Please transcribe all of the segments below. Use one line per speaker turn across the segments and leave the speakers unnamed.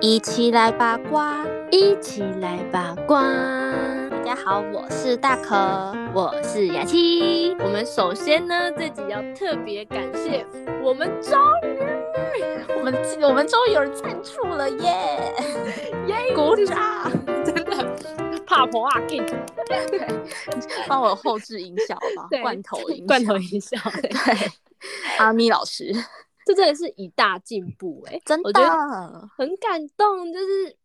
一起来八卦。
一起来八卦。
大家好，我是大可。
我是雅琪。我们首先呢，这集要特别感谢我们终于，
我们我们终于有人赞助了耶！
耶，
鼓掌！
真的怕婆啊 k
帮我后置音效吧
对，
啊罐头音效，
罐头音效，
对，阿咪老师，
这真的是一大进步哎、
真
我觉得
的
很感动，就是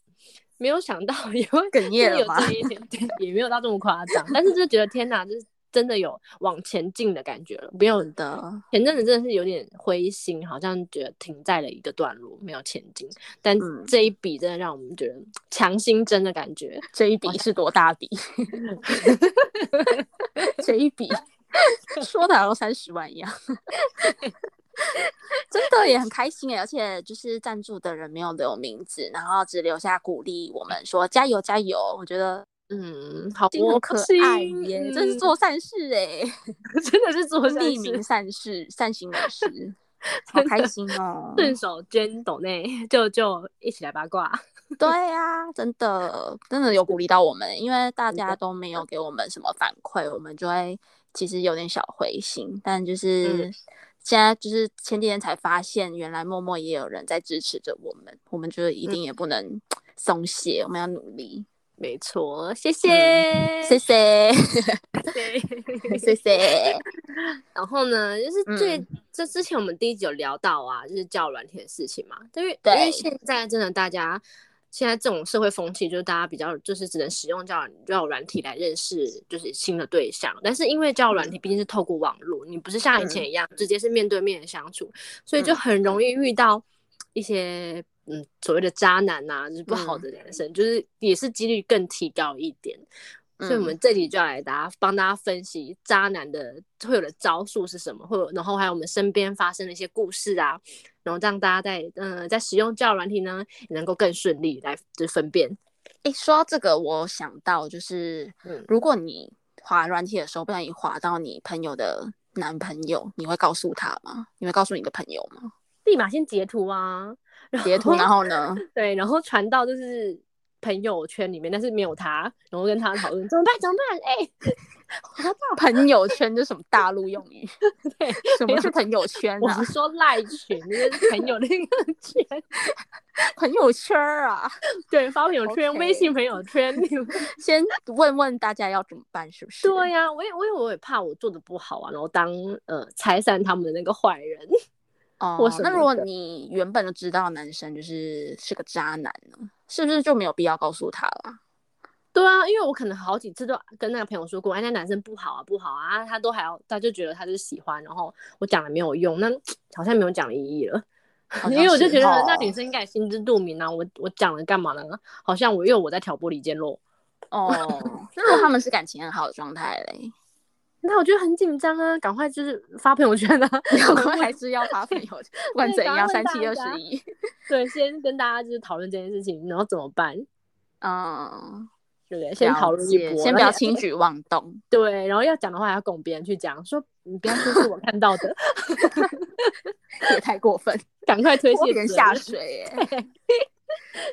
没有想到也会
哽咽
真的
了
有
吗？
这一点，对，也没有到这么夸张，但是就觉得天哪，就是真的有往前进的感觉了，没有
真的，
前阵子真的是有点灰心，好像觉得停在了一个段落，没有前进。但
嗯
这一笔真的让我们觉得强心针的感觉，
这一笔是多大笔？ 这一笔说的好像三十万一样， 真的也很开心哎！而且就是赞助的人没有留名字，然后只留下鼓励我们说加油加油。我觉得
嗯，好
真的很
窝
可
心
爱耶，真是做善事哎，
嗯 真的是做善
匿
事
名善事善行人 士，好开心 哦！
顺手捐斗内，就就一起来八卦。
对呀、真的真的有鼓励到我们，因为大家都没有给我们什么反馈，我们就会其实有点小灰心。但就是、
嗯
现在就是前几天才发现，原来默默也有人在支持着我们，我们就
嗯
一定也不能松懈，我们要努力。
没错，谢嗯谢，
谢谢
谢
谢谢，
然后呢，就是最、
嗯
这之前我们第一集有聊到啊，就是叫软体的事情嘛，因为因
对
为现在真的大家现在这种社会风气，就是大家比较就是只能使用交友交友软体来认识就是新的对象，但是因为交友
嗯
软体毕竟是透过网络，你不是像以前一样、直接是面对面的相处，所以就
嗯
很容易遇到一些。嗯，所谓的渣男呐、就是不
嗯
好的男生，就是也是几率更提高一点。 所
嗯
以，我们这里就要来大家帮大家分析渣男的会有的招数是什么，会有，然后还有我们身边发生的一些故事啊，然后让大家在呃在使用交友软体呢，也能够更顺利来就是分辨。
诶，说到这个，我想到就是，
嗯
如果你滑软体的时候不小心滑到你朋友的男朋友，你会告诉他吗？你会告诉你的朋友吗？
立马先截图啊，
截图，然
后
后呢？
对，然后传到就是朋友圈里面，但是没有他，然后跟他讨论怎么办怎么办？哎、
朋友圈这什么大陆用语？
哦 对，
什
没
么
有
是朋友圈
我
啊
是？说赖群，就是朋友那个圈，
朋友圈儿啊！
对，发朋友圈
OK
微信朋友圈， 你们
先问问大家要怎么办，是不是？
对呀、我也我也我也怕我做的不好啊，然后当呃拆散他们的那个坏人。
哦
或什，
那
么
如果
的
你原本就知道男生就是是个渣男呢，是不是就没有必要告诉他了？
对啊，因为我可能好几次都跟那个朋友说过，哎，那男生不好啊，不好啊，他都还要，他就觉得他就是喜欢，然后我讲了没有用，那好像没有讲的意义了，
好
因
像
为我就是觉得
哦
那女生应该也心知肚明啊，我我讲了干嘛呢？好像我因为我在挑拨离间喽，
哦，那如果他们是感情很好的状态嘞？
那我觉得很紧张啊，赶快就是发朋友圈啊，
我们还是要发朋友圈，不管
对
怎
赶
样，
快
三
问
七
大
二
家
十一。
对，先跟大家就是讨论这件事情，然后怎么办，
嗯，
对不对？先讨论一
了解
波，
先不
然
要
后
轻举妄动，
对，然后要讲的话还要拱别人去讲，说你不要说是我看到 的，
也太过分，
赶快推
拖
卸
别
责任
人下 水、欸。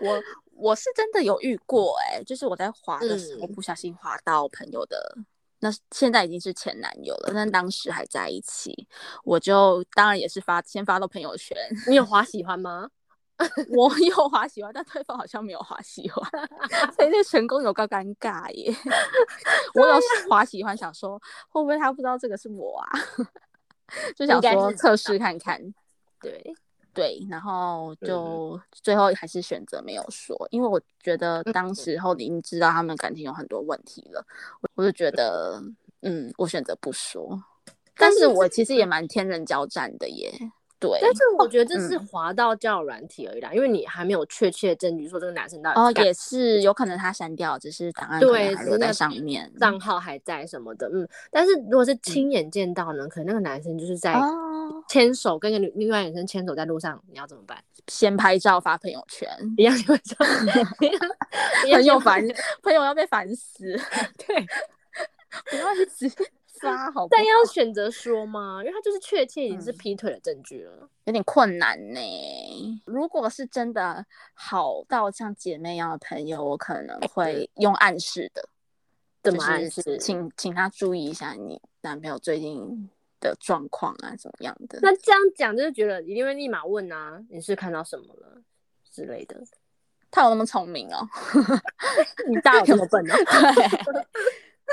我我是真的有遇过、欸，哎，就是我在滑的时候
嗯
不小心滑到朋友的。那现在已经是前男友了，但当时还在一起，我就当然也是发先发到朋友圈，
你有滑喜欢吗？
我有滑喜欢，但对方好像没有滑喜欢， 所以那成功有够尴尬耶。我有滑喜欢，想说会不会他不知道这个是我啊？ 就想
应该
说
是
测试看看，
对，
对，然后就最后还是选择没有说，因为我觉得
嗯
当时候你已经知道他们感情有很多问题了，我我就觉得，嗯，我选择不说。但
但
是
是
我
这
其实也蛮天人交战的耶，对，
但是我觉得这是
嗯
滑到交友软体而已啦，因为你还没有确切证据说这个男生到底
哦
是，干
也是有可能他删掉，只是档案可能
对
还
只
留
是
在
那
上面。
账号还在什么的，嗯。但是如果是亲眼见到呢，可能那个男生就是在
哦，
牵手跟一个女另外女生牵手在路上，你要怎么办？
先拍照发朋友圈，
一样就会这 样，一样
朋友
就会
烦，朋友要被烦死，
对，
不要一直发，好不好，
但要选择说吗？因为他就是确切已经
嗯
是劈腿的证据了。
有点困难呢、如果是真的好到像姐妹一样的朋友，我可能会用暗示的，
怎
就
么
是
暗示？
请请他注意一下你男朋友最近的状况啊，怎么样的？
那这样讲就是觉得一定会立马问啊，你是看到什么了之类 的。
他有那么聪明哦？
你大有这么笨啊呢、
对，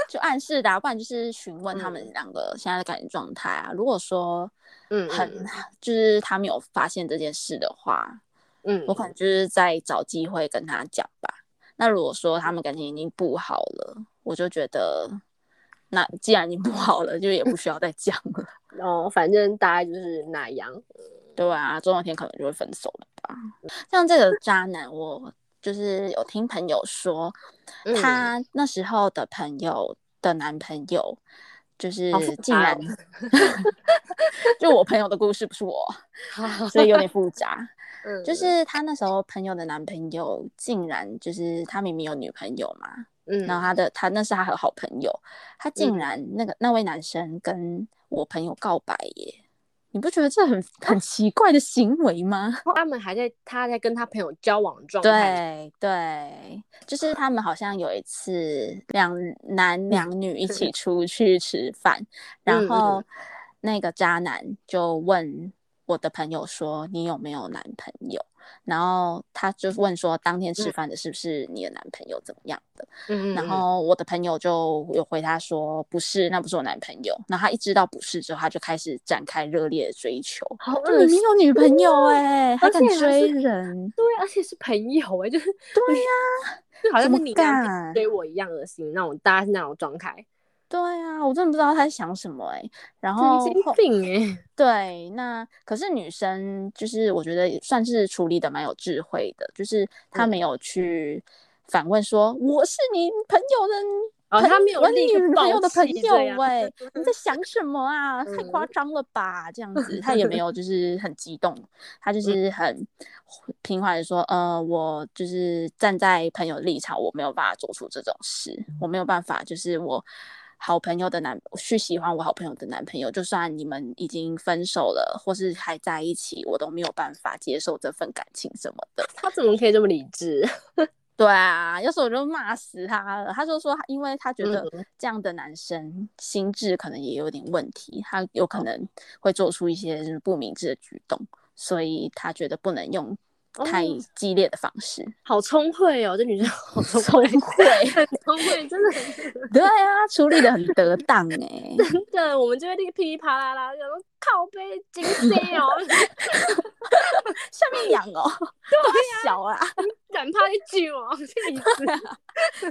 就暗示的、啊，不然就是询问他们两个现在的感情状态啊。如果说
嗯
很
嗯
就是他没有发现这件事的话，
嗯，
我可能就是在找机会跟他讲吧。那如果说他们感情已经不好了，我就觉得，那既然已经不好了，就也不需要再讲了。
哦，反正大概就是哪样。
对啊，总有一天可能就会分手了吧。像这个渣男，我就是有听朋友说，
嗯
他那时候的朋友的男朋友，就是
好复杂
竟然
哦，
就我朋友的故事不是我，所以有点复杂。
嗯
就是他那时候朋友的男朋友，竟然就是他明明有女朋友嘛，
嗯
然后他的他那是他的好朋友，他竟然那个、那位男生跟我朋友告白耶，你不觉得这很很奇怪的行为吗？
他们还在他在跟他朋友交往状态，
对对，就是他们好像有一次两
嗯
男两女一起出去吃饭，然后那个渣男就问我的朋友说：“你有没有男朋友？”然后他就问说：“当天吃饭的是不是你的男朋友？怎么样的？”
嗯嗯，嗯
然后我的朋友就有回他说：“不是，那不是我男朋友。”然后他一知道不是之后，他就开始展开热烈的追求。
好
他明
恶
明
心，
有女朋友哎、
嗯
他
而
敢
且还
追
是
人，
对，而且是朋友哎、就是
对呀、
就好像
怎么
是你
敢
对我一样恶心那种，大家是那种状态，
对啊，我真的不知道他在想什么哎、然后
神经
后
病哎、
对，那可是女生就是我觉得也算是处理的蛮有智慧的，就是她
嗯
没有去反问说、我是你朋友的。
哦
朋
她没有
我是
立
你
刻
女朋友
暴
的朋
气这
友
样
哎、 你在想什么啊？太
嗯
夸张了吧， 这样子，她也没有就是很激动，她
嗯
就是很平缓的说，呃，我就是站在朋友的立场，我没有办法做出这种事，我没有办法，就是我好朋友的男去喜欢我好朋友的男朋友，就算你们已经分手了，或是还在一起，我都没有办法接受这份感情什么的。
他怎么可以这么理智？
对啊，要是我就骂死他了。他就说，因为他觉得
嗯
这样的男生心智可能也有点问题，他有
哦
可能会做出一些就是不明智的举动，所以他觉得不能用太
哦
激烈的方式。
好聪慧哦，这女生 好聪慧，
聪慧
很聪慧，真的很
对啊，处理的很得当哎、
真的，我们就会那个噼里啪啦啦，然后靠背金 C 哦，
下面 痒
啊
哦，多小啊！
软趴在巨哦，这意思，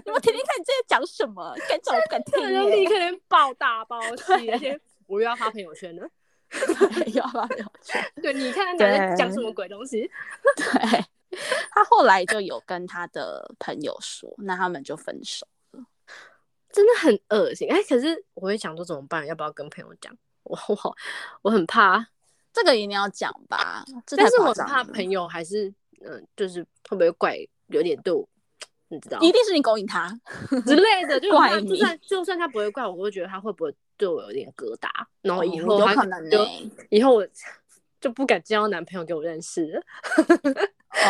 你们天天看你这在讲什么，敢讲我不敢听
真的就立刻在那边爆大爆气，而且 我又要发朋友圈了。
欸。要不要聊天
对，你看那男
对
的讲什么鬼东西？
对，他后来就有跟他的朋友说，那他们就分手。
真的很恶心。哎，可是我会想说怎么办？要不要跟朋友讲？我我好我很怕，
这个一定要讲吧，这
但
太
是我
夸
很
张
怕
了。
朋友还是嗯、呃就是会不会怪有点对我，你知道
一定是你勾引他，
之类 的，就是
怪
他就
你
算就算他不会怪我，我会觉得他会不会对我有点疙瘩，然后以
哦
后
有
他
可能呢
就、 以后我就不敢介绍男朋友给我认识了。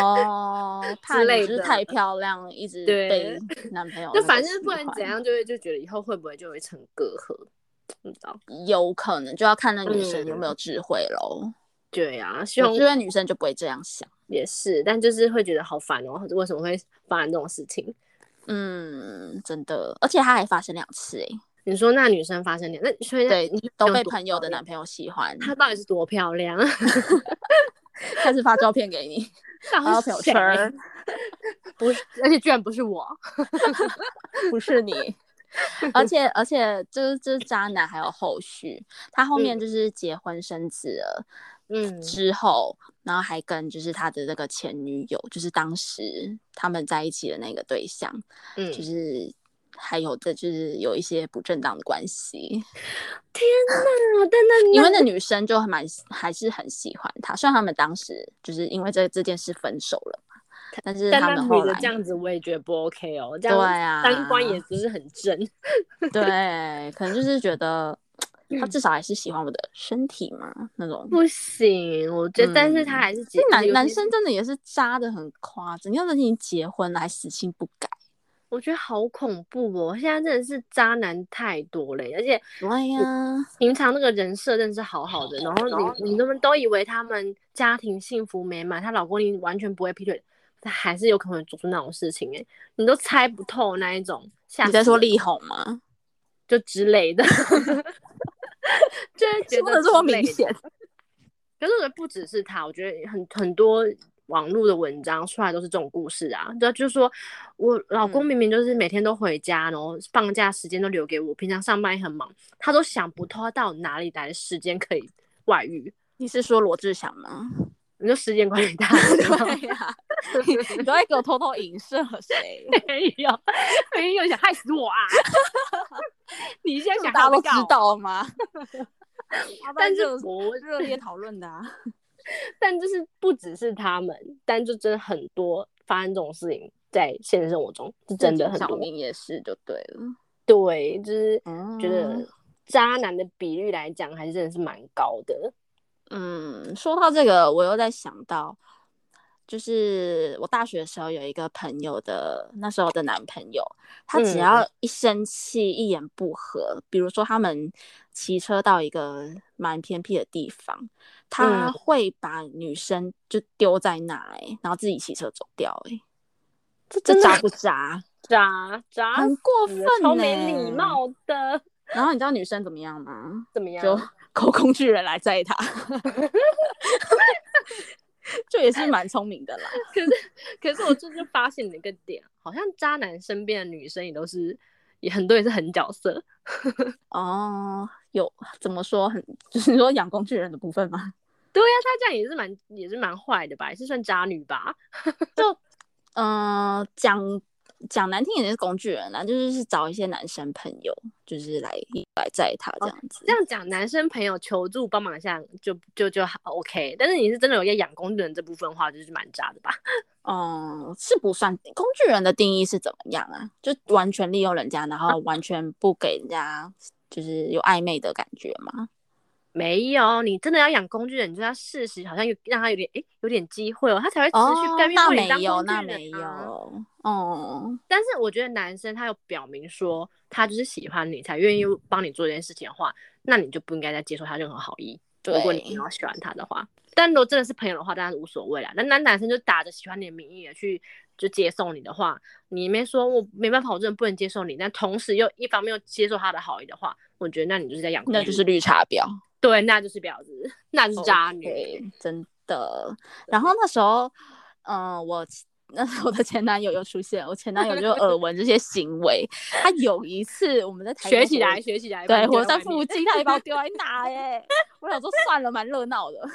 哦，怕你
类
就是
的
太漂亮，一直
对
被男朋友
就
那个
反正不
喜
管怎
欢，
样，就会就觉得以后会不会就有一层隔阂，你知道？
有可能就要看那女生
嗯
有没有智慧喽。
对啊，希望
有智慧女生就不会这样想。
也是，但就是会觉得好烦哦，为什么会发生这种事情？
嗯，真的，而且他还发生两次哎、
你说那女生发生点，那所以那
对
你女
都
生
被
多
朋友的
漂亮
男朋友喜欢，
她到底是多漂亮？啊
开始发照片给你，发
到
到
底
朋友
是谁
圈儿，
不是，而且居然不是我，
不是 你。而且而且，就是就是渣男还有后续，他后面
嗯
就是结婚生子了，
嗯
之后，然后还跟就是他的那个前女友，就是当时他们在一起的那个对象，
嗯，
就是还有的就是有一些不正当的关系，
天哪！啊但那
因为那女生就还蛮还是很喜欢他，虽然他们当时就是因为这这件事分手了。但是
但
他
那
们
女
后
的
来
这样子我也觉得不 OK 哦，这
对
样
啊
三观也不是很正。
对，可能就是觉 得他至少还是喜欢我的身体嘛，那 种。
不行，我觉得，但是他
嗯
还是
这
结
男
嗯有
男
些
生真的也是渣的很夸张，你看都已经结婚了还死性不改。
我觉得好恐怖哦！现在真的是渣男太多了耶，而且
对呀、
平常那个人设真的是好好的，然后你你们都以为他们家庭幸福美满，她老公你完全不会劈腿，他还是有可能做出那种事情哎，你都猜不透那一种。吓
你在
死
说
人
力宏吗？
就之类的， 就会觉
不
得
能这么
之类
明
的
显。
可是我觉得不只是他，我觉得很很多网络的文章出来都是这种故事啊。对啊，就是说我老公
嗯
明明就是每天都回家，然后放假时间都留给我，平常上班也很忙，他都想不透他到底哪里来的时间可以外遇。
你是说罗志祥吗？
你说时间管理大 师
对呀、 你你都在给我偷偷影射谁？
没有，没有想害死我啊！ 你现在想
大家
害
都
我
知，道吗？
但是
我
我
热烈讨论的啊。
但就是不只是他们，但就真的很多发生这种事情在现实生活中是真的很
小
多。
明也是就对了。
对，就是觉得
嗯
渣男的比率来讲，还是真的是蛮高的。
嗯，说到这个，我又在想到，就是我大学的时候有一个朋友的那时候的男朋友，他
嗯
只要一生气、一言不合，比如说他们骑车到一个蛮偏僻的地方，他
嗯
会把女生就丢在那、欸，然后自己骑车走掉、欸，哎，
这
这
真的
渣不渣？
渣渣
很过
死了
分、
超
欸，
没礼。貌的，
然后你知道女生怎么样吗？
怎么样？
就 扣工具人来载他， 就也是蛮聪明的啦。
可是我这就发现了一个点，好像渣男身边的女生也都是，也很多也是狠角色。
哦，有怎么说很，就是你说养工具人的部分吗？
对呀、他这样也是蛮也是蛮坏的吧，也是算渣女吧？
嗯、讲讲难听一点是工具人啦，就是是找一些男生朋友，就是来来载他这样子。
这样讲，男生朋友求助帮忙一下就就就好 OK，但是你是真的有要养工具人这部分的话，就是蛮渣的吧？
嗯，是不算工具人的定义是怎么样啊？就完全利用人家，然后完全不给人家就是有暧昧的感觉吗？
没有，你真的要养工具人，你就要适时，好像有让他有点诶，有点机会哦，他才会持续甘愿
那
为
没
你当
有，
工具人、啊
那没有。。哦，
但是我觉得男生他有表明说他就是喜欢你，才愿意帮你做这件事情的话，那你就不应该再接受他任何好意。如果你没
对，
有喜欢他的话，但如果真的是朋友的话，当然无所谓啦。那那男生就打着喜欢你的名义也去就接受你的话，你没说我没办法，我真的不能接受你，但同时又一方面又接受他的好意的话，我觉得那你就是在养工具
那
人，
就是绿茶婊。
对，那就是婊子，那就是渣女。
对，真的。然后那时候，嗯、我前 那时候我的前男友又出现，我前男友就耳闻这些行为。他有一次我们在台
学
中
起
火
来，，学起来。
对，
我
我在附近，他也把我丢在那哎、我想说算了，蛮热闹的，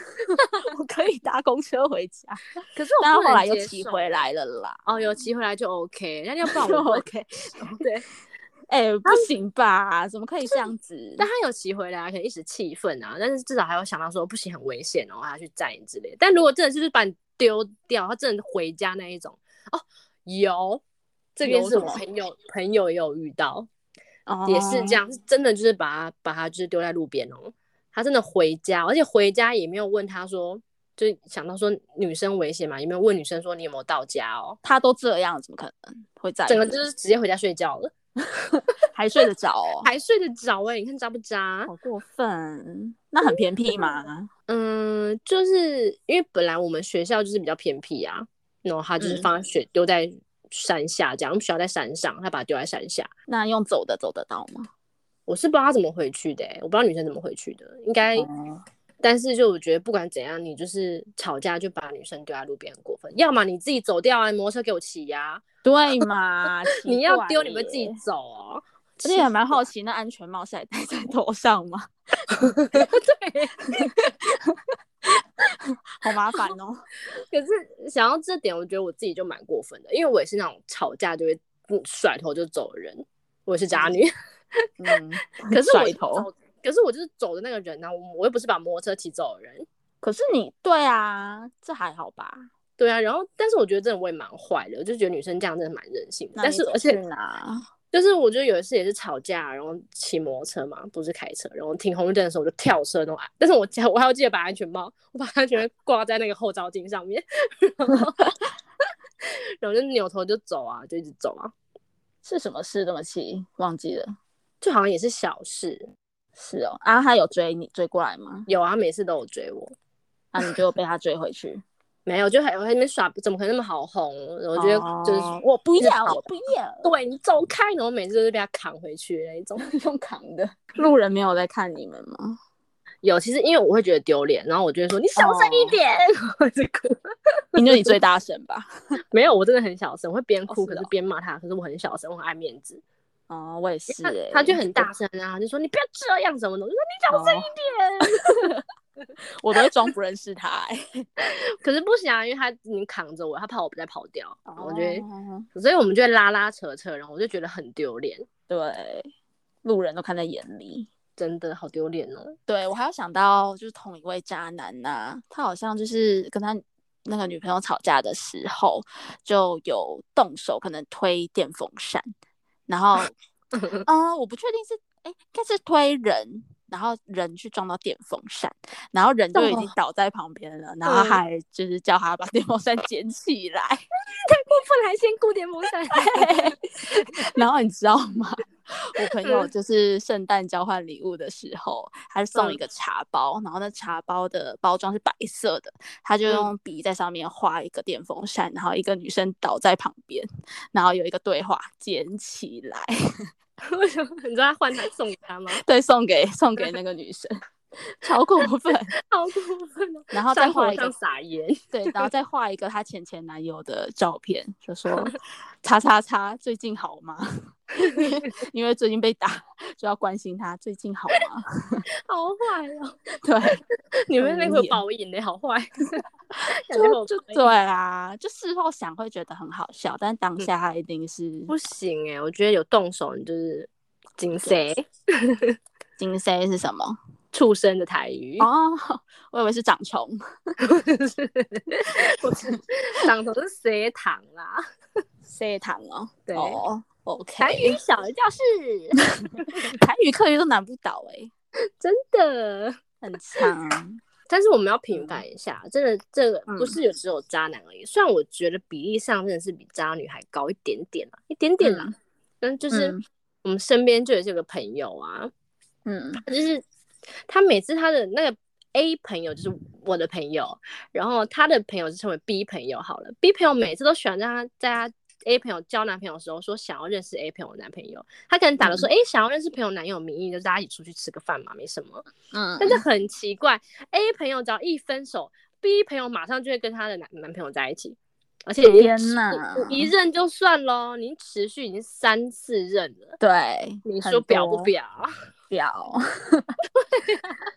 我可以搭公车回家。
可是我
但
哦不
后
能
来又
接
骑
受
回。来了啦。
哦，有骑回来就 OK，那要不然
就
我不
OK，
对。
哎、不行吧？怎么可以这样子？
啊但他有骑回来，可能一时气愤啊，但是至少还有想到说不行，很危险哦，他去载你之类的。但如果真的就是把你丢掉，他真的回家那一种，哦，有这边
有
是
什
我
么
朋友朋友也有遇到，
哦
也是这
样。
样，是真的就是把他把他就是丢在路边哦，他真的回家，而且回家也没有问他说，就想到说女生危险嘛，也没有问女生说你有没有到家哦，
他都这样，怎么可能会在意？
整个就是直接回家睡觉了，
还睡得着哦，
还睡得着哎、你看渣不渣？
好过分！那很偏僻 吗？
嗯，就是因为本来我们学校就是比较偏僻啊，然后他就是
嗯
放在雪丢在山下这样，我们学校在山上，他把它丢在山下。
那用走的走得到吗？
我是不知道他怎么回去的、欸，我不知道女生怎么回去的，应该
哦，
但是就我觉得不管怎样，你就是吵架就把女生丢在路边很过分，要么你自己走掉啊，摩托车给我骑呀、
对 嘛？
你
奇
要
怪
丢你们自己
耶
走哦。
而且也蛮好奇，那安全帽是还戴在头上吗？
对，
好麻烦哦。
可是想要这点，我觉得我自己就蛮过分的，因为我也是那种吵架就会嗯甩头就走的人，我也是渣 女。
嗯，
可是我
甩
就
头。
走，可是我就是走的那个人呢、啊，我我又不是把摩托车骑走的人。
可是你对啊，这还好吧？
对啊，然后但是我觉得真的我也蛮坏的，我就觉得女生这样真的蛮任性的。
那
但是
也
而且
啦，
就是我觉得有一次也是吵架，然后骑摩托车嘛，不是开车，然后停红绿灯的时候我就跳车那种。啊但是我家我还要记得把安全帽，我把安全帽挂在那个后照镜上面，然 后然后就扭头就走啊，就一直走啊，
是什么事这么气？忘记了，
就好像也是小事。
是哦。啊，他有追你追过来吗？
有啊，每次都有追我，
啊，你就被他追回去。
没有就还我还没耍，怎么可能那么好哄？我觉得就是、
哦我不
一直
要，
跑
我不要，
对你走开，然后每次都是被他扛回去的那一种。
用扛的。路人没有在看你们吗？
有，其实因为我会觉得丢脸，然后我就会说你小声
哦
一点， 我就哭。
你就你最大声吧。
没有，我真的很小声，我会边
哦
哭，
是
可是
哦
边骂他，可是我很小声，我很爱面子。
哦，我也是
他
欸
他就很大声啊，就说你不要这样什么的，我就 说你小声一点。
哦 我都会装不认识他、欸。
可是不行啊，因为他已经扛着我，他怕我不再跑掉， 我觉得，
哦
所以我们就会拉拉扯扯，然后我就觉得很丢脸，
对，路人都看在眼里。
真的好丢脸哦。
对我还有想到就是同一位渣男呐、他好像就是跟他那个女朋友吵架的时候，就有动手可能推电风扇，然后嗯、我不确定是哎，应该是推人。然后人去撞到电风扇，然后人就已经
哦
倒在旁边了，然后
嗯
还就是叫他把电风扇捡起来，
过分还先顾电风 扇，
然后你知道吗？我朋
嗯
友就是圣诞交换礼物的时候，他送一
嗯
个茶包，然后那茶包的包装是白色的，他就
嗯
用笔在上面画一个电风扇，然后一个女生倒在旁边，然后有一个对话捡起来，
为什 么？你知道他换他送给他吗？
对，送给送给那个女生，超过 分。
好过分 哦！
然后再
在
画
火
一
上
个
撒盐，
对，然后再画一个她前前男友的照片，就说叉叉叉最近好吗？ 因为最近被打，就要关心他最近好吗？
好坏哦！
对，
你们那个
很无言
报应的好 坏，感觉
就
我
就对啊，就事后想会觉得很好笑，但当下他一定是
嗯不行哎、我觉得有动手你就是金谁
金 C 是什么？
畜生的台语，
哦， 我以为是长虫，
长头是谁糖啦？
C 糖哦。
对，
哦，OK，
台语小教室，
台语课语都难不倒哎、
真的。
很强。
但是我们要平反一下，真的，这个
嗯
不是有只有渣男而已。虽然我觉得比例上真的是比渣女还高一点点啦，一点点啦。但就是
嗯
我们身边就有这个朋友啊，
嗯，
他就是他每次他的那个 A 朋友就是我的朋友，然后他的朋友就称为 B 朋友好了。B 朋友每次都喜欢在他在他 A 朋友交男朋友的时候说想要认识 A 朋友的男朋友，他可能打了
嗯
说哎、诶想要认识朋友男友名义，就是大家一起出去吃个饭嘛，没什么。
嗯
但是很奇怪，A 朋友只要一分手，B 朋友马上就会跟她的男男朋友在一起，而且已经
天
持
哪
一任就算喽，您持续已经三四任了，
对，
你
很
说表不
多
表？ 啊
表，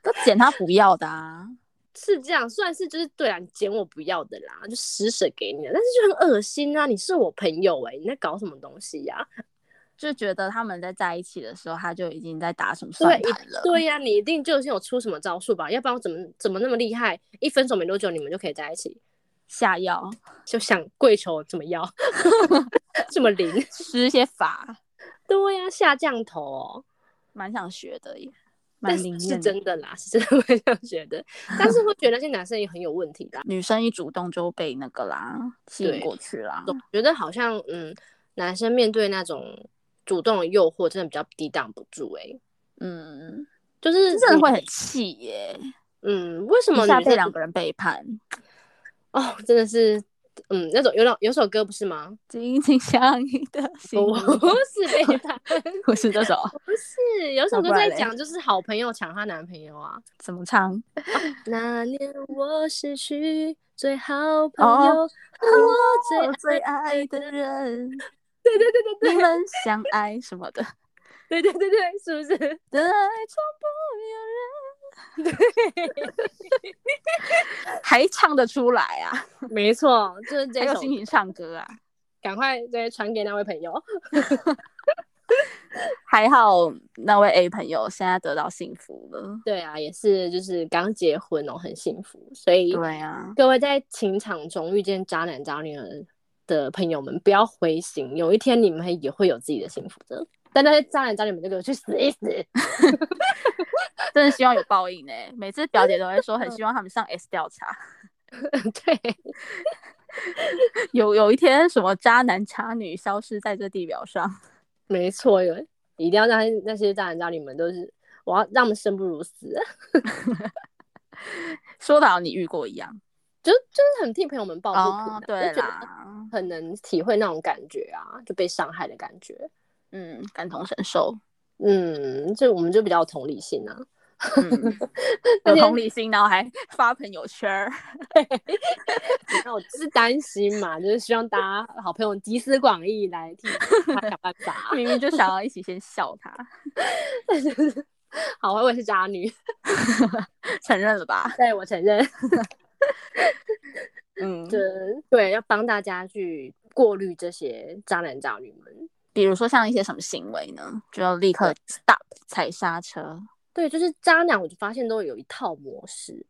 都捡他不要的啊。
是这样，虽然是就是对啊，你捡我不要的啦，就施舍给你的，但是就很恶心啊！你是我朋友哎、你在搞什么东西呀、
就觉得他们在在一起的时候，他就已经在打什么
对
算盘
一
了。
对呀、你一定就是有出什么招数吧？要不然我怎么怎么那么厉害？一分手没多久，你们就可以在一起，
下药，
就想跪求怎么 要，这么灵？
施一些法，
对呀、下降头哦。
蛮想学的耶，蛮
但
灵
是是
验
真的啦，是真的会这样觉得，但是会觉得那些男生也很有问题啦。
女生一主动就被那个啦吸引
对
过去啦。
总觉得好像嗯，男生面对那种主动的诱惑，真的比较抵挡不住哎、
嗯，
就是
真的
你
会很气耶，
嗯，为什么
一下
女
被
生
两个人背叛。
哦，真的是嗯，那种有种有首歌不是吗？
紧紧相依 的心，
不是被 他，
不是这首，
不是有首
那
歌
不然
在
嘞
讲就是好朋友抢她男朋友啊。
怎么唱？
那年我失去最好朋
哦
友和我最
我最爱的人，
对对对对对
你们相爱什么的，
对对对对，是不是？
真爱从不由人， 还唱得出来啊？
没错，就是
还
这
有
首
心情唱歌啊？
赶快再传给那位朋友。
还好那位 A 朋友现在得到幸福了。
对啊，也是就是刚结婚哦，很幸福。所以
对啊，
各位在情场中遇见渣男渣女儿的朋友们，不要灰心，有一天你们也会有自己的幸福的。但那些渣男渣女们就给我去死 一死！
真的希望有报应呢、欸。每次表姐都会说，很希望他们上 S 调查。
对，
有有一天什么渣男渣女消失在这地表上，
没错，有一定要让那些渣男渣女们都是，我要让他们生不如死。
说的好像你遇过一样，
就就是很替朋友们抱不平、
哦
啊，
对
就觉
啦
得，很能体会那种感觉啊，就被伤害的感觉。
嗯，感同身受，
嗯，就我们就比较有同理心啊。
嗯，有同理心，然后还发朋友圈儿，
那我就是担心嘛，就是希望大家好朋友集思广益来替他想办法。啊
明明就想要一起先笑他，
好，我也是渣女，
承认了吧？
对我承认。
嗯，
对对，要帮大家去过滤这些渣男渣女们。
比如说像一些什么行为呢，就要立刻 stop 踩刹车。
对，就是渣男，我就发现都有一套模式，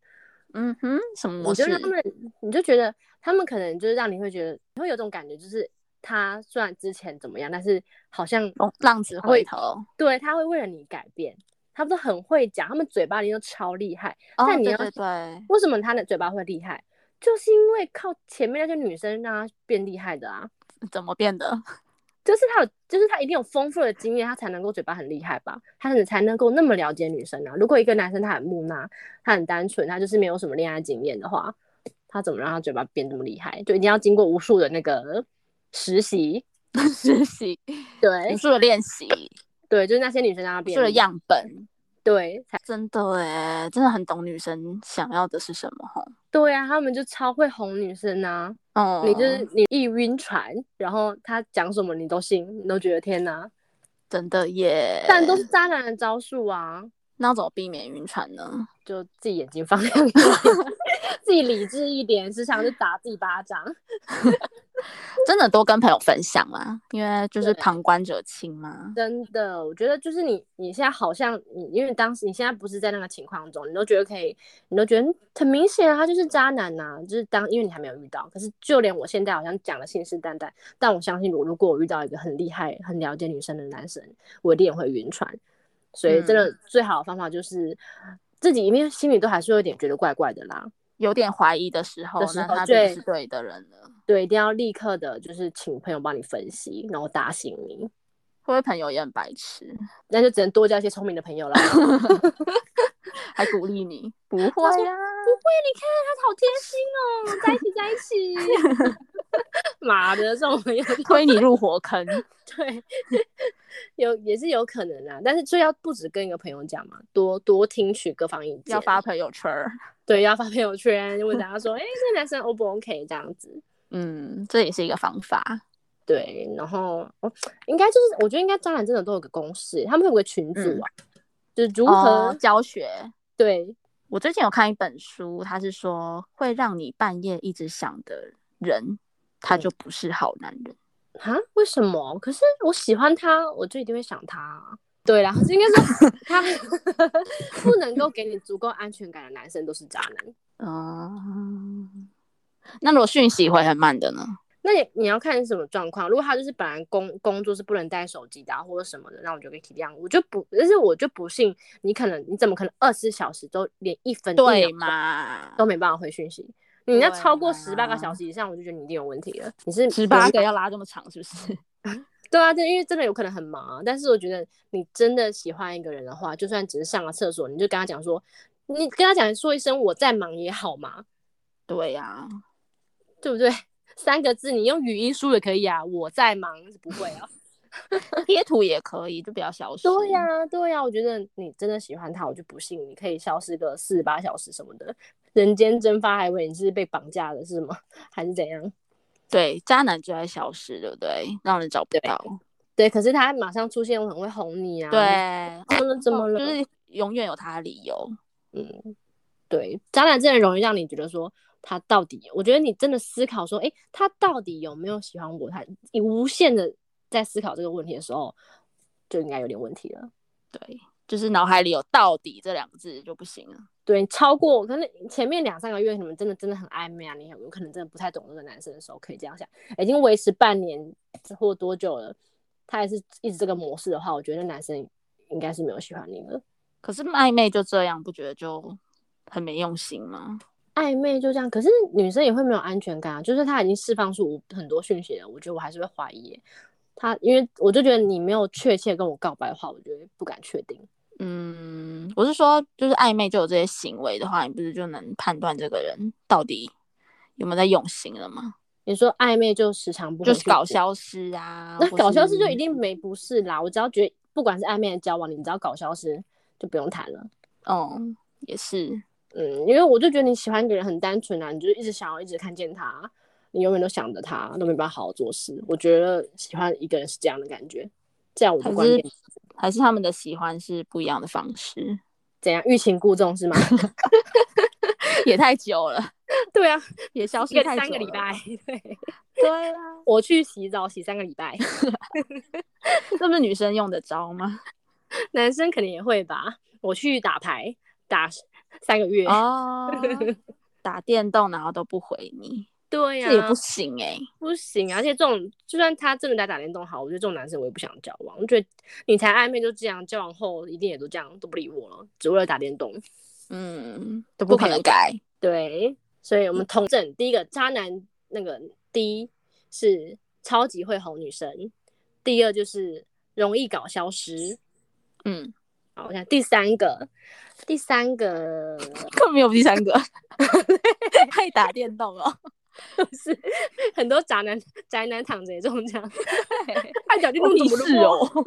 嗯哼，什么
你
模
就
式？
让他们，你就觉得他们可能就是让你会觉得，你会有种感觉，就是他虽然之前怎么样，但是好像
浪哦浪子回头，哦
对他会为了你改变，他们都很会讲，他们嘴巴里都超厉害。
哦，
但你
对
要
对对，
为什么他的嘴巴会厉害？就是因为靠前面那些女生让他变厉害的啊，
怎么变的？
就是他有，就是他一定有丰富的经验，他才能够嘴巴很厉害吧？他可能才能够那么了解女生啊。如果一个男生他很木讷，他很单纯，他就是没有什么恋爱经验的话，他怎么让他嘴巴变这么厉害？就一定要经过无数的那个实习，
实习，
对
无数的练习，
对，就是那些女生让他
无
变
数的
厉害，
样本，
对，才
嗯真的哎，真的很懂女生想要的是什么吼。
对啊，他们就超会哄女生啊。
哦，
你就是你一晕船，然后他讲什么你都信，你都觉得天哪，
真的耶，
但都是渣男的招数啊，
那要怎么避免晕船呢？
就自己眼睛放 亮一点，自己理智一点，时常就打自己巴掌。
真的多跟朋友分享啦，因为就是
对
旁观者清嘛。
真的，我觉得就是你，你现在好像你，因为当时你现在不是在那个情况中，你都觉得可以，你都觉得很明显啊，他就是渣男呐、就是当因为你还没有遇到，可是就连我现在好像讲的信誓旦旦，但我相信我，如果我遇到一个很厉害、很了解女生的男生，我一定也会晕船。所以真的最好的方法就是自己一定心里都还是有点觉得怪怪的啦，
有点怀疑的时候
的，时
那
候
他真的
对
是对的人了。
对，一定要立刻的就是请朋友帮你分析，然后打醒你，
会不会朋友也很白痴，
那就只能多交一些聪明的朋 友了。
还鼓励 你？不会啊，
不会，你看他好贴心哦，在一起在一起。 妈的，这种朋友
推你入火坑。
对，有也是有可能啊，但是就要不止跟一个朋友讲嘛，多多听取各方意见，
要发朋友圈儿。
对，要发朋友圈，问大家说，哎、 这个男生 O 不 OK 这样子，
嗯，这也是一个方法。
对，然后哦，应该就是我觉得应该渣男真的都有个公式，他们有个群组啊，就是如何、
嗯哦教学？
对
我最近有看一本书，它是说会让你半夜一直想的人，他就不是好男人。
啊，为什么？可是我喜欢他，我就一定会想他啊、对啦，就应该 说他不能够给你足够安全感的男生都是渣男。
嗯，那如果讯息回很慢的呢？
那你你要看什么状况？如果他就是本来工工作是不能带手机的、啊、或者什么的，那我就可以体谅。我就不，但是我就不信你可能你怎么可能二十小时都连一分一
对
秒
嘛
都？没办法回讯息？你要
对
超过
啊
十八个小时以上，我就觉得你一定有问题了。你是
十八个要拉这么长，是不是？
对啊，对，因为真的有可能很忙啊。但是我觉得你真的喜欢一个人的话，就算只是上个厕所，你就跟他讲说，你跟他讲说一声我在忙也好嘛，
对呀、
对不对？ 三个字，你用语音输也可以啊。我在忙是不会啊。
贴图也可以，就不要消失。
对呀、对呀、我觉得你真的喜欢他，我就不信你可以消失个四十八小时什么的。人间蒸发，还以为你是被绑架的是吗？ 还是怎样？
对，渣男就爱消失，对不对？让人找不
对
到。
对，可是他马上出现，我很会哄你啊。
对，，哦
真的怎么了？
就是永远有他的理由。
嗯，对，渣男真的容易让你觉得说他到底，我觉得你真的思考说，诶，他到底有没有喜欢我？他你无限的在思考这个问题的时候，就应该有点问题了。
对，就是脑海里有“到底”这两个字就不行了。
对，超过可能前面两三个月，你们真的真的很暧昧啊，你有可能真的不太懂这个男生的时候，可以这样想。已经维持半年或多久了，他还是一直这个模式的话，我觉得那男生应该是没有喜欢你的。
可是暧昧就这样，不觉得就很没用心吗？
暧昧就这样，可是女生也会没有安全感啊。就是他已经释放出很多讯息了，我觉得我还是会怀疑耶他，因为我就觉得你没有确切跟我告白的话，我觉得不敢确定。
嗯，我是说，就是暧昧就有这些行为的话，你不是就能判断这个人到底有没有在用心了吗？
你说暧昧就时常不
就
回
是
讯息
搞消失啊，
那
或
搞消失就一
是
定没不是啦。我只要觉得不管是暧昧的交往，你只要搞消失就不用谈了。
哦，也是，
嗯，因为我就觉得你喜欢一个人很单纯啊，你就一直想要一直看见他，你永远都想着他，都没办法好好做事。我觉得喜欢一个人是这样的感觉，这样我
还
的观点
是还是他们的喜欢是不一样的方 式，
怎样欲擒故纵是吗？
也太久了，
对啊，
也消失
一个
太久
三个礼
了
拜， 对，
对啊，
我去洗澡洗三个礼拜，
这不是女生用的招 吗？
男生可能也会吧。我去打牌打三个月，
哦，打电动然后都不回你，
对啊呀、
这也不行哎、
不行啊，而且这种就算他真的在打电动好，我觉得这种男生我也不想交往。我觉得你才暧昧就这样，交往后一定也都这样，都不理我了，只为了打电动。
嗯，
都
不
不
可
可
能
能
改。
对，所以我们同证第一个渣男那个第一是超级会哄女生，第二就是容易搞消失。
嗯，
好，我想第三个，第三个
根本没有第 三个，爱打电动哦。
就是 很多宅男宅男躺着也中奖，
对
爱搞电动怎么
是
了？
哦，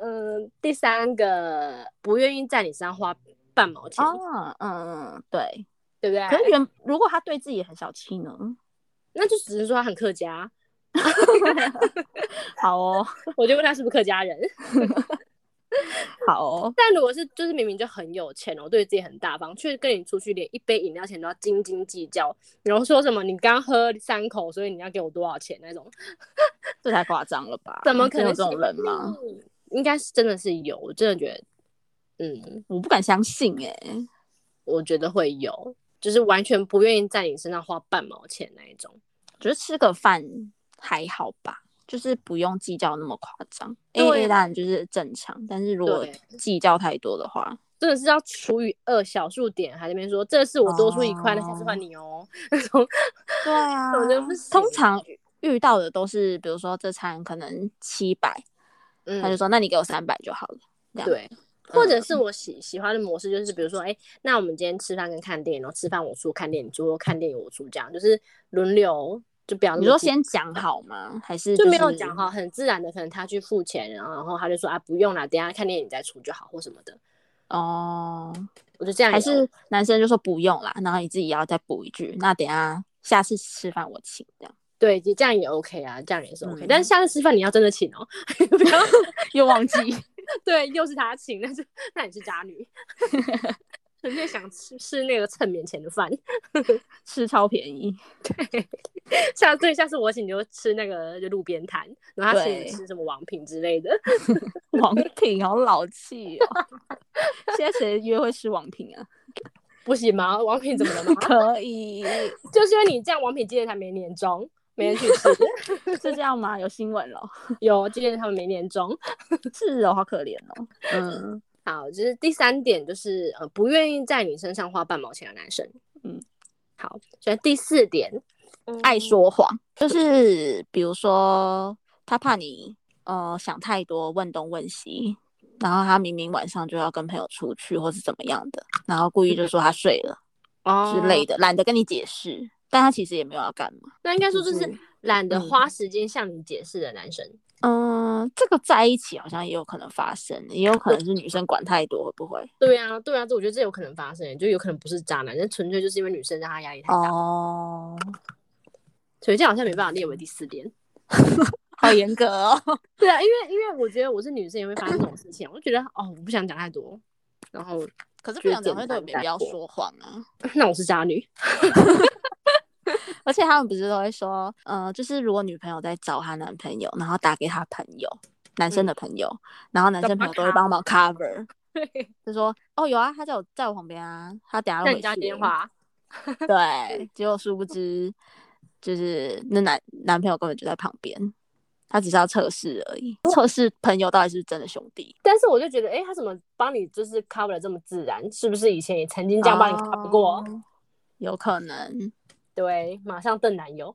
嗯，第三个不愿意在你身上花半毛钱，
啊，嗯，对。
对不对？
可是原如果他对自己也很小气呢？
那就只是说他很客家，
好哦，
我就问他是不是客家人。
好哦，
但如果是就是明明就很有钱哦，对自己很大方，却跟你出去连一杯饮料钱都要斤斤计较，然后说什么你刚喝三口，所以你要给我多少钱那种，
这太夸张了吧？
怎么可
真
能
有
是
这种人吗？？
嗯应该是真的是有，我真的觉得，嗯，
我不敢相信哎、
我觉得会有，就是完全不愿意在你身上花半毛钱那一种。
觉得吃个饭还好吧，就是不用计较那么夸张。A
对
A 当然就是正常，但是如果
对
计较太多的话，
真的是要除以二小数点，还在那边说这是我多出一块，那下次换你哦。那种
对啊
我觉得不行
通常遇到的都是，比如说这餐可能七百、0他就
嗯，
说那你给我三百就好了。这样，
对，或
嗯
者是我喜喜欢的模式，就是比如说，哎、那我们今天吃饭跟看电影，然后吃饭我出，看电影出，看电影我出，这样就是轮流，就不要那
你
么
说
计
先讲好吗？还是
就没
是
有讲好，？很自然的，可能他去付钱，然后然后他就说啊，不用啦，等一下看电影再出就好，或什么的。
哦，
我就这样有，
还是男生就说不用啦，然后你自己要再补一句，那等一下下次吃饭我请这样，
对，这样也 OK 啊，这样也是 OK、
嗯
但是下次吃饭你要真的请哦， 不要
又忘记。
对，又是他请，但是那你是渣女， 纯粹想吃吃那个蹭免钱的饭。
吃超便宜，
下对，下次我请你就吃那个就路边摊，然后他请你
对
吃什么王品之类的。
王品好老气哦！ 现在谁约会吃王品啊？
不行吗？王品怎么 了吗？
可以，
就是因为你这样，王品今年才没年终，没人去吃。
是这样吗？有新闻了，
有，今年他们没年终。
是哦，好可怜哦。嗯
好，就是第三点，就是呃，不愿意在你身上花半毛钱的男生。
嗯，
好，所以第四点，
爱说谎，就是比如说他怕你呃想太多，问东问西，然后他明明晚上就要跟朋友出去或是怎么样的，然后故意就说他睡了之类
的。
的，懒得跟你解释，但他其实也没有要干嘛。
那应该说就
就是是
懒得
嗯
花时间向你解释的男生。
嗯，这个在一起好像也有可能发生，也有可能是女生管太多，会不会？
对啊，对啊，这我觉得这有可能发生，就有可能不是渣男，但纯粹就是因为女生让他压力太大，
哦，
所以这好像没办法列为第四点。
好严格哦。
对啊，因为因为我觉得我是女生也会发生这种事情，我就觉得哦，我不想讲太多，然后
可是不
就是
想讲
简
太多也
单
没
带
必要
过
说谎啊。
那我是渣女，
而且他们不是都会说，呃，就是如果女朋友在找她男朋友，然后打给她朋友，男生
嗯
的朋友，然后男生朋友都会帮忙 cover，
对，
就说哦有啊，他在我在我旁边啊，他等下
那
就回
你家
去
电
了
话，啊
对，结果殊不知，就是那男男朋友根本就在旁边，他只是要测试而已，测试朋友到底是不是真的兄弟。
但是我就觉得，哎、他怎么帮你就是 cover 的这么自然？是不是以前也曾经这样帮你 cover 过？
哦有可能。
对，马上瞪男友。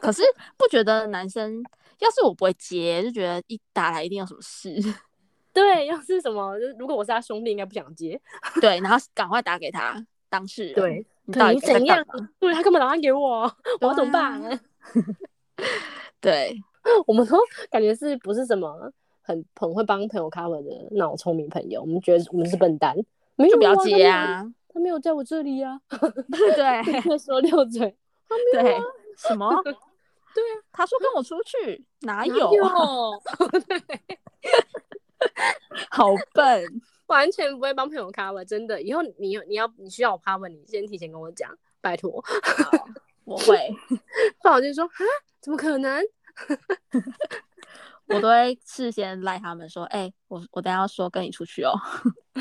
可是不觉得男生，要是我不会接，就觉得一打来一定有什么事，
对，要是什么，就是如果我是他兄弟，应该不想接。
对，然后赶快打给他当事人，
对，
你
可
到
你
底在
怎样
干嘛？？
对他根本打算给我， 我要怎么办？
对啊对，
我们都感觉是不是什么很很会帮朋友 cover 的那种聪明朋友？我们觉得我们是笨蛋，没有
就不要
啊
接！
他
啊，
没有他没有在我这里啊，
对
在说溜嘴，
对，什么？对
啊，
他说跟我出去，哪
哪
有？哦好笨，
完全不会帮朋友 cover，真的。以后你有你要你需要我 cover，你先提前跟我讲，拜托。
我会，
不然我就说啊，怎么可能？
我都会事先赖他们说，哎、我我等一下要说跟你出去哦，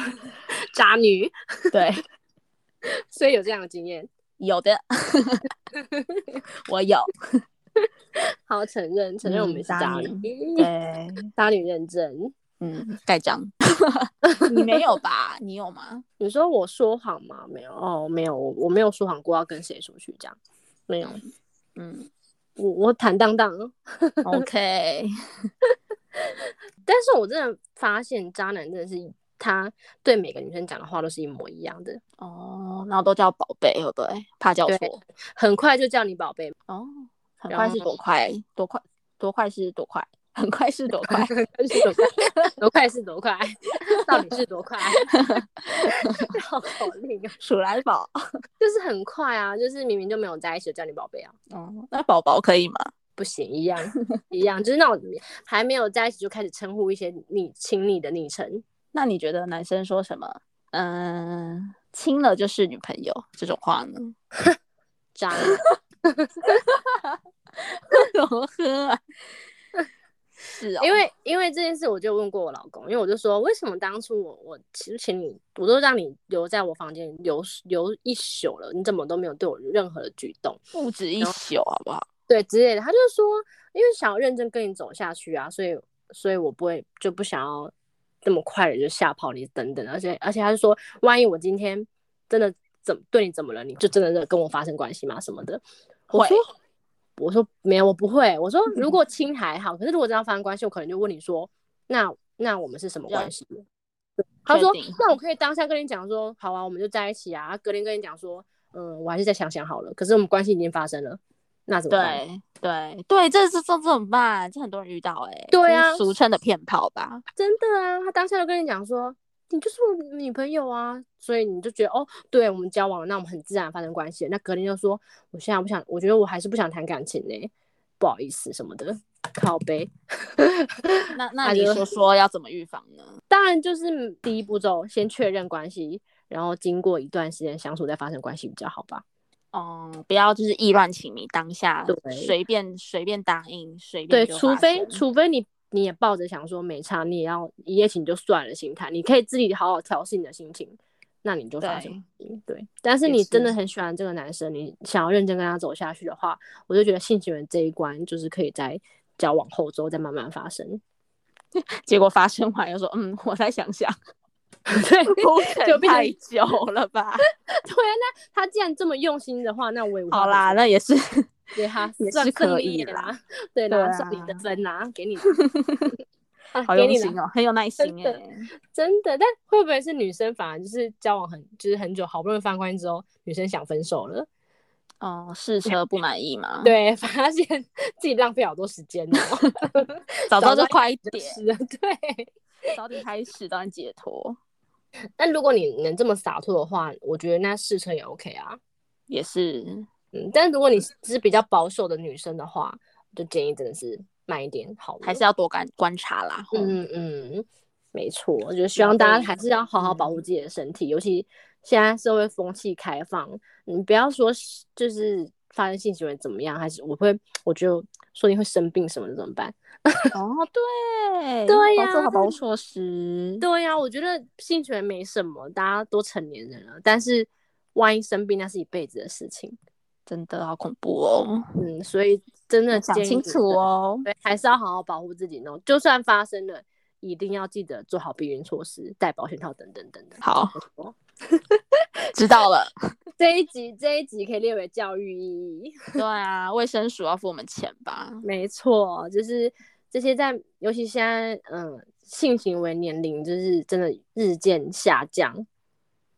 渣女，
对，
所以有这样的经验。
有的， 我有，
好，承认承认我们
嗯
是
渣
渣
女
女，
对，
渣女认真。
嗯，盖章， 你没有吧？你有吗？
你说我说谎吗？没有哦，没有，我我没有说谎过要跟谁出去这样，没有，
嗯
我我坦荡啊荡。
，OK，
但是我真的发现渣男真的是他对每个女生讲的话都是一模一样的，
哦，然后都叫宝贝，对不对？怕叫
对
错，
很快就叫你宝贝，
哦，很
然
快
后
是多快？多快？多快是多快？很快是多 快？
是多快多快是多快，到底是多快？ 绕口令啊，
鼠来宝，
就是很快啊，就是明明就没有在一起就叫你宝贝啊，
哦，那宝宝可以吗？
不行，一样一样，就是那种还没有在一起就开始称呼一些你亲昵的昵称，
那你觉得男生说什么？嗯，亲了就是女朋友这种话呢？
渣男。
怎么喝啊？是哦，
因为因为这件事，我就问过我老公，因为我就说，为什么当初我我其实请你，我都让你留在我房间留留一宿了，你怎么都没有对我任何的举动，
不止一宿，好不好？
对之类的。他就说，因为想要认真跟你走下去啊，所以所以我不会就不想要这么快的就吓跑你等等，而且而且他就说，万一我今天真的怎对你怎么了，你就真的跟我发生关系吗什么的？我
会嗯
说。我说没有，我不会。我说如果亲还好，可是如果这样发生关系，我可能就问你说，那那我们是什么关系？他说
确定，
那我可以当下跟你讲说，好啊，我们就在一起啊。隔天跟你讲说，嗯，我还是再想想好了。可是我们关系已经发生了，那怎么办？
对对对，这是这这怎么办？这很多人遇到哎、欸，
对
这是
啊
俗称的骗炮吧？
真的啊，他当下就跟你讲说，你就是我女朋友啊，所以你就觉得哦，对我们交往了，那我们很自然发生关系了。那隔天就说，我现在不想，我觉得我还是不想谈感情呢、不好意思什么的，靠背。
那那
那
你
就
说说要怎么预防呢？
当然就是第一步骤，先确认关系，然后经过一段时间相处再发生关系比较好吧。
哦、不要就是意乱情迷，当下
对
随便随便答应，随
对，
便就
除
发
非
生
除非你你也抱着想说没差，你也要一夜情就算了心态，你可以自己好好调试你的心情，那你就发生对。但是
也
你真
是
的很喜欢这个男生，你想要认真跟他走下去的话，我就觉得性行为这一关就是可以在交往后之后再慢慢发生。
结果发生完又说嗯，我再想 想，
对
铺陈
就变成
太久 了吧？
对，那他既然这么用心的话，那我也无话
好
可
啦，
说，
那也是
给他
也
算
是
胜
可
利
以
了
啦
啦，对
对
啦，算你
啊
的分啦，给 你啦，啊
好
给
用
你啦
心哦，很有耐心
真
哎、
的真的，但会不会是女生反而就是交往很就是很久，好不容易发生关系之后，女生想分手了？
哦，试车不满意吗？，
对， 发现自己浪费好多时间 哦，
早知
早
道就
知道
快一
就
点，
是了对。
早点开始，早点解脱，
但如果你能这么洒脱的话，我觉得那试车也 OK 啊。
也是
嗯，但如果你是比较保守的女生的话，就建议真的是慢一点好了。
还是要多观观察啦。吼
嗯嗯，啊没错，我觉得希望大家还是要好好保护自己的身体，尤其现在社会风气开放，你不要说是就是发生性行为怎么样，还是我会，我就说你会生病什么的怎么办？
哦，对，
对呀
要做好保护措施。
对呀、我觉得性行为没什么，大家都成年人了，但是万一生病，那是一辈子的事情。
真的好恐怖哦！
嗯，所以真的
想
建议
清
真
楚
的
哦。
对，还是要好好保护自己弄。就算发生了，一定要记得做好避孕措施，戴保险套等等等等。
好
没错，
知道了。
这一集这一集可以列为教育意义。
对啊，卫生署要付我们钱吧？
没错，就是这些在，尤其现在，嗯，性行为年龄就是真的日渐下降。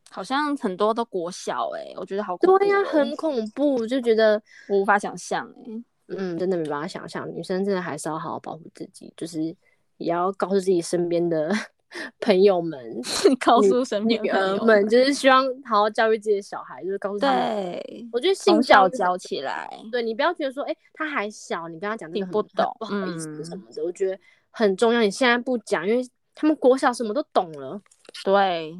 好像很多都国小哎、我觉得好恐怖、哦。
对呀、很恐怖，就觉得，
我无法想象哎、
嗯，真的没办法想象，女生真的还是要好好保护自己，就是也要告诉自己身边的 朋友们，
告
女
诉身
女
边的朋
儿
友
们，就是希望好好教育自己的小孩，就是告诉他们，
对，
我觉得性
从
教
小
育真的
教起来，
对你不要觉得说，哎、他还小，你跟他讲这个
听
很
不懂
很不好意思
嗯
什么的，我觉得很重要。你现在不讲，因为他们国小什么都懂了，
对。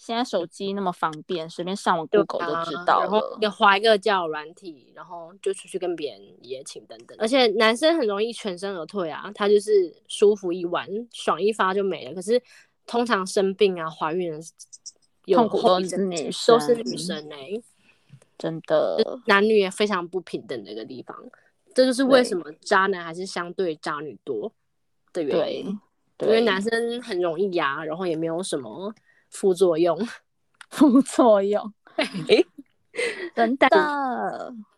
现在手机那么方便，随便上网 Google
吧
都知道
啊然后
了。
也划一个交友软体，然后就出去跟别人一夜情等等。而且男生很容易全身而退啊，他就是舒服一晚，爽一发就没了。可是通常生病啊、怀孕有
痛苦
后
都
遗
是
症
女
都是女
生嗯
生哎、
真的，
男女也非常不平等的一个地方，这就是为
对
什么渣男还是相对渣女多的原
对
因，，因
对
为男生很容易呀、然后也没有什么副作用，
副作 用，真的。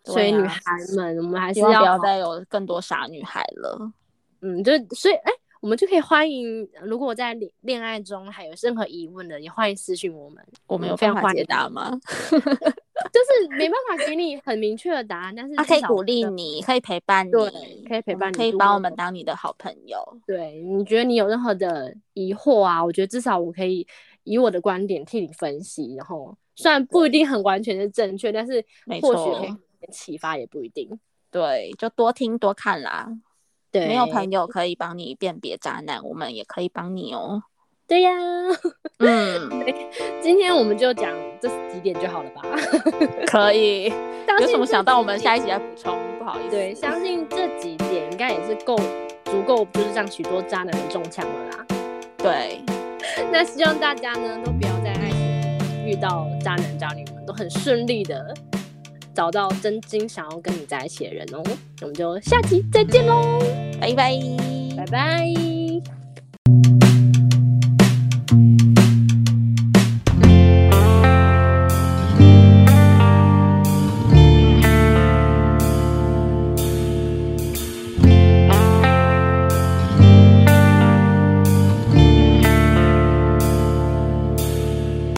对
所以女
啊
孩们，我们还是
希望不要
要
再有更多傻女孩了。
嗯，就所以哎、我们就可以欢迎，如果在恋恋爱中还有任何疑问的，也欢迎私信我们，
我们有
非常
办法
欢
解
迎，
答吗？
就是没办法给你很明确的答案，但是
他啊可以
至少
鼓
我觉
励
得
你，可以陪伴你，
对可以陪
我们
伴你
可以
度
把
过
我们当你的好朋友。
对，你觉得你有任何的疑惑啊？我觉得至少我可以以我的观点替你分析，然后虽然不一定很完全是正确，但是
没
或
错
许可以启发，也不一定。
对，就多听多看啦。
对，
没有朋友可以帮你辨别渣男，我们也可以帮你哦。
对呀、
嗯，
今天我们就讲这几点就好了吧？
可以。
相
有
信
什么
这
想到，我
几
们
点
下一集再补充。不好意思，
对，相信这几点应该也是够足够，就是让许多渣男人中枪了啦。
对，
那希望大家呢都不要在爱情遇到渣男渣女们，都很顺利的找到真心想要跟你在一起的人哦。我们就下期再见喽，
拜拜，
拜拜。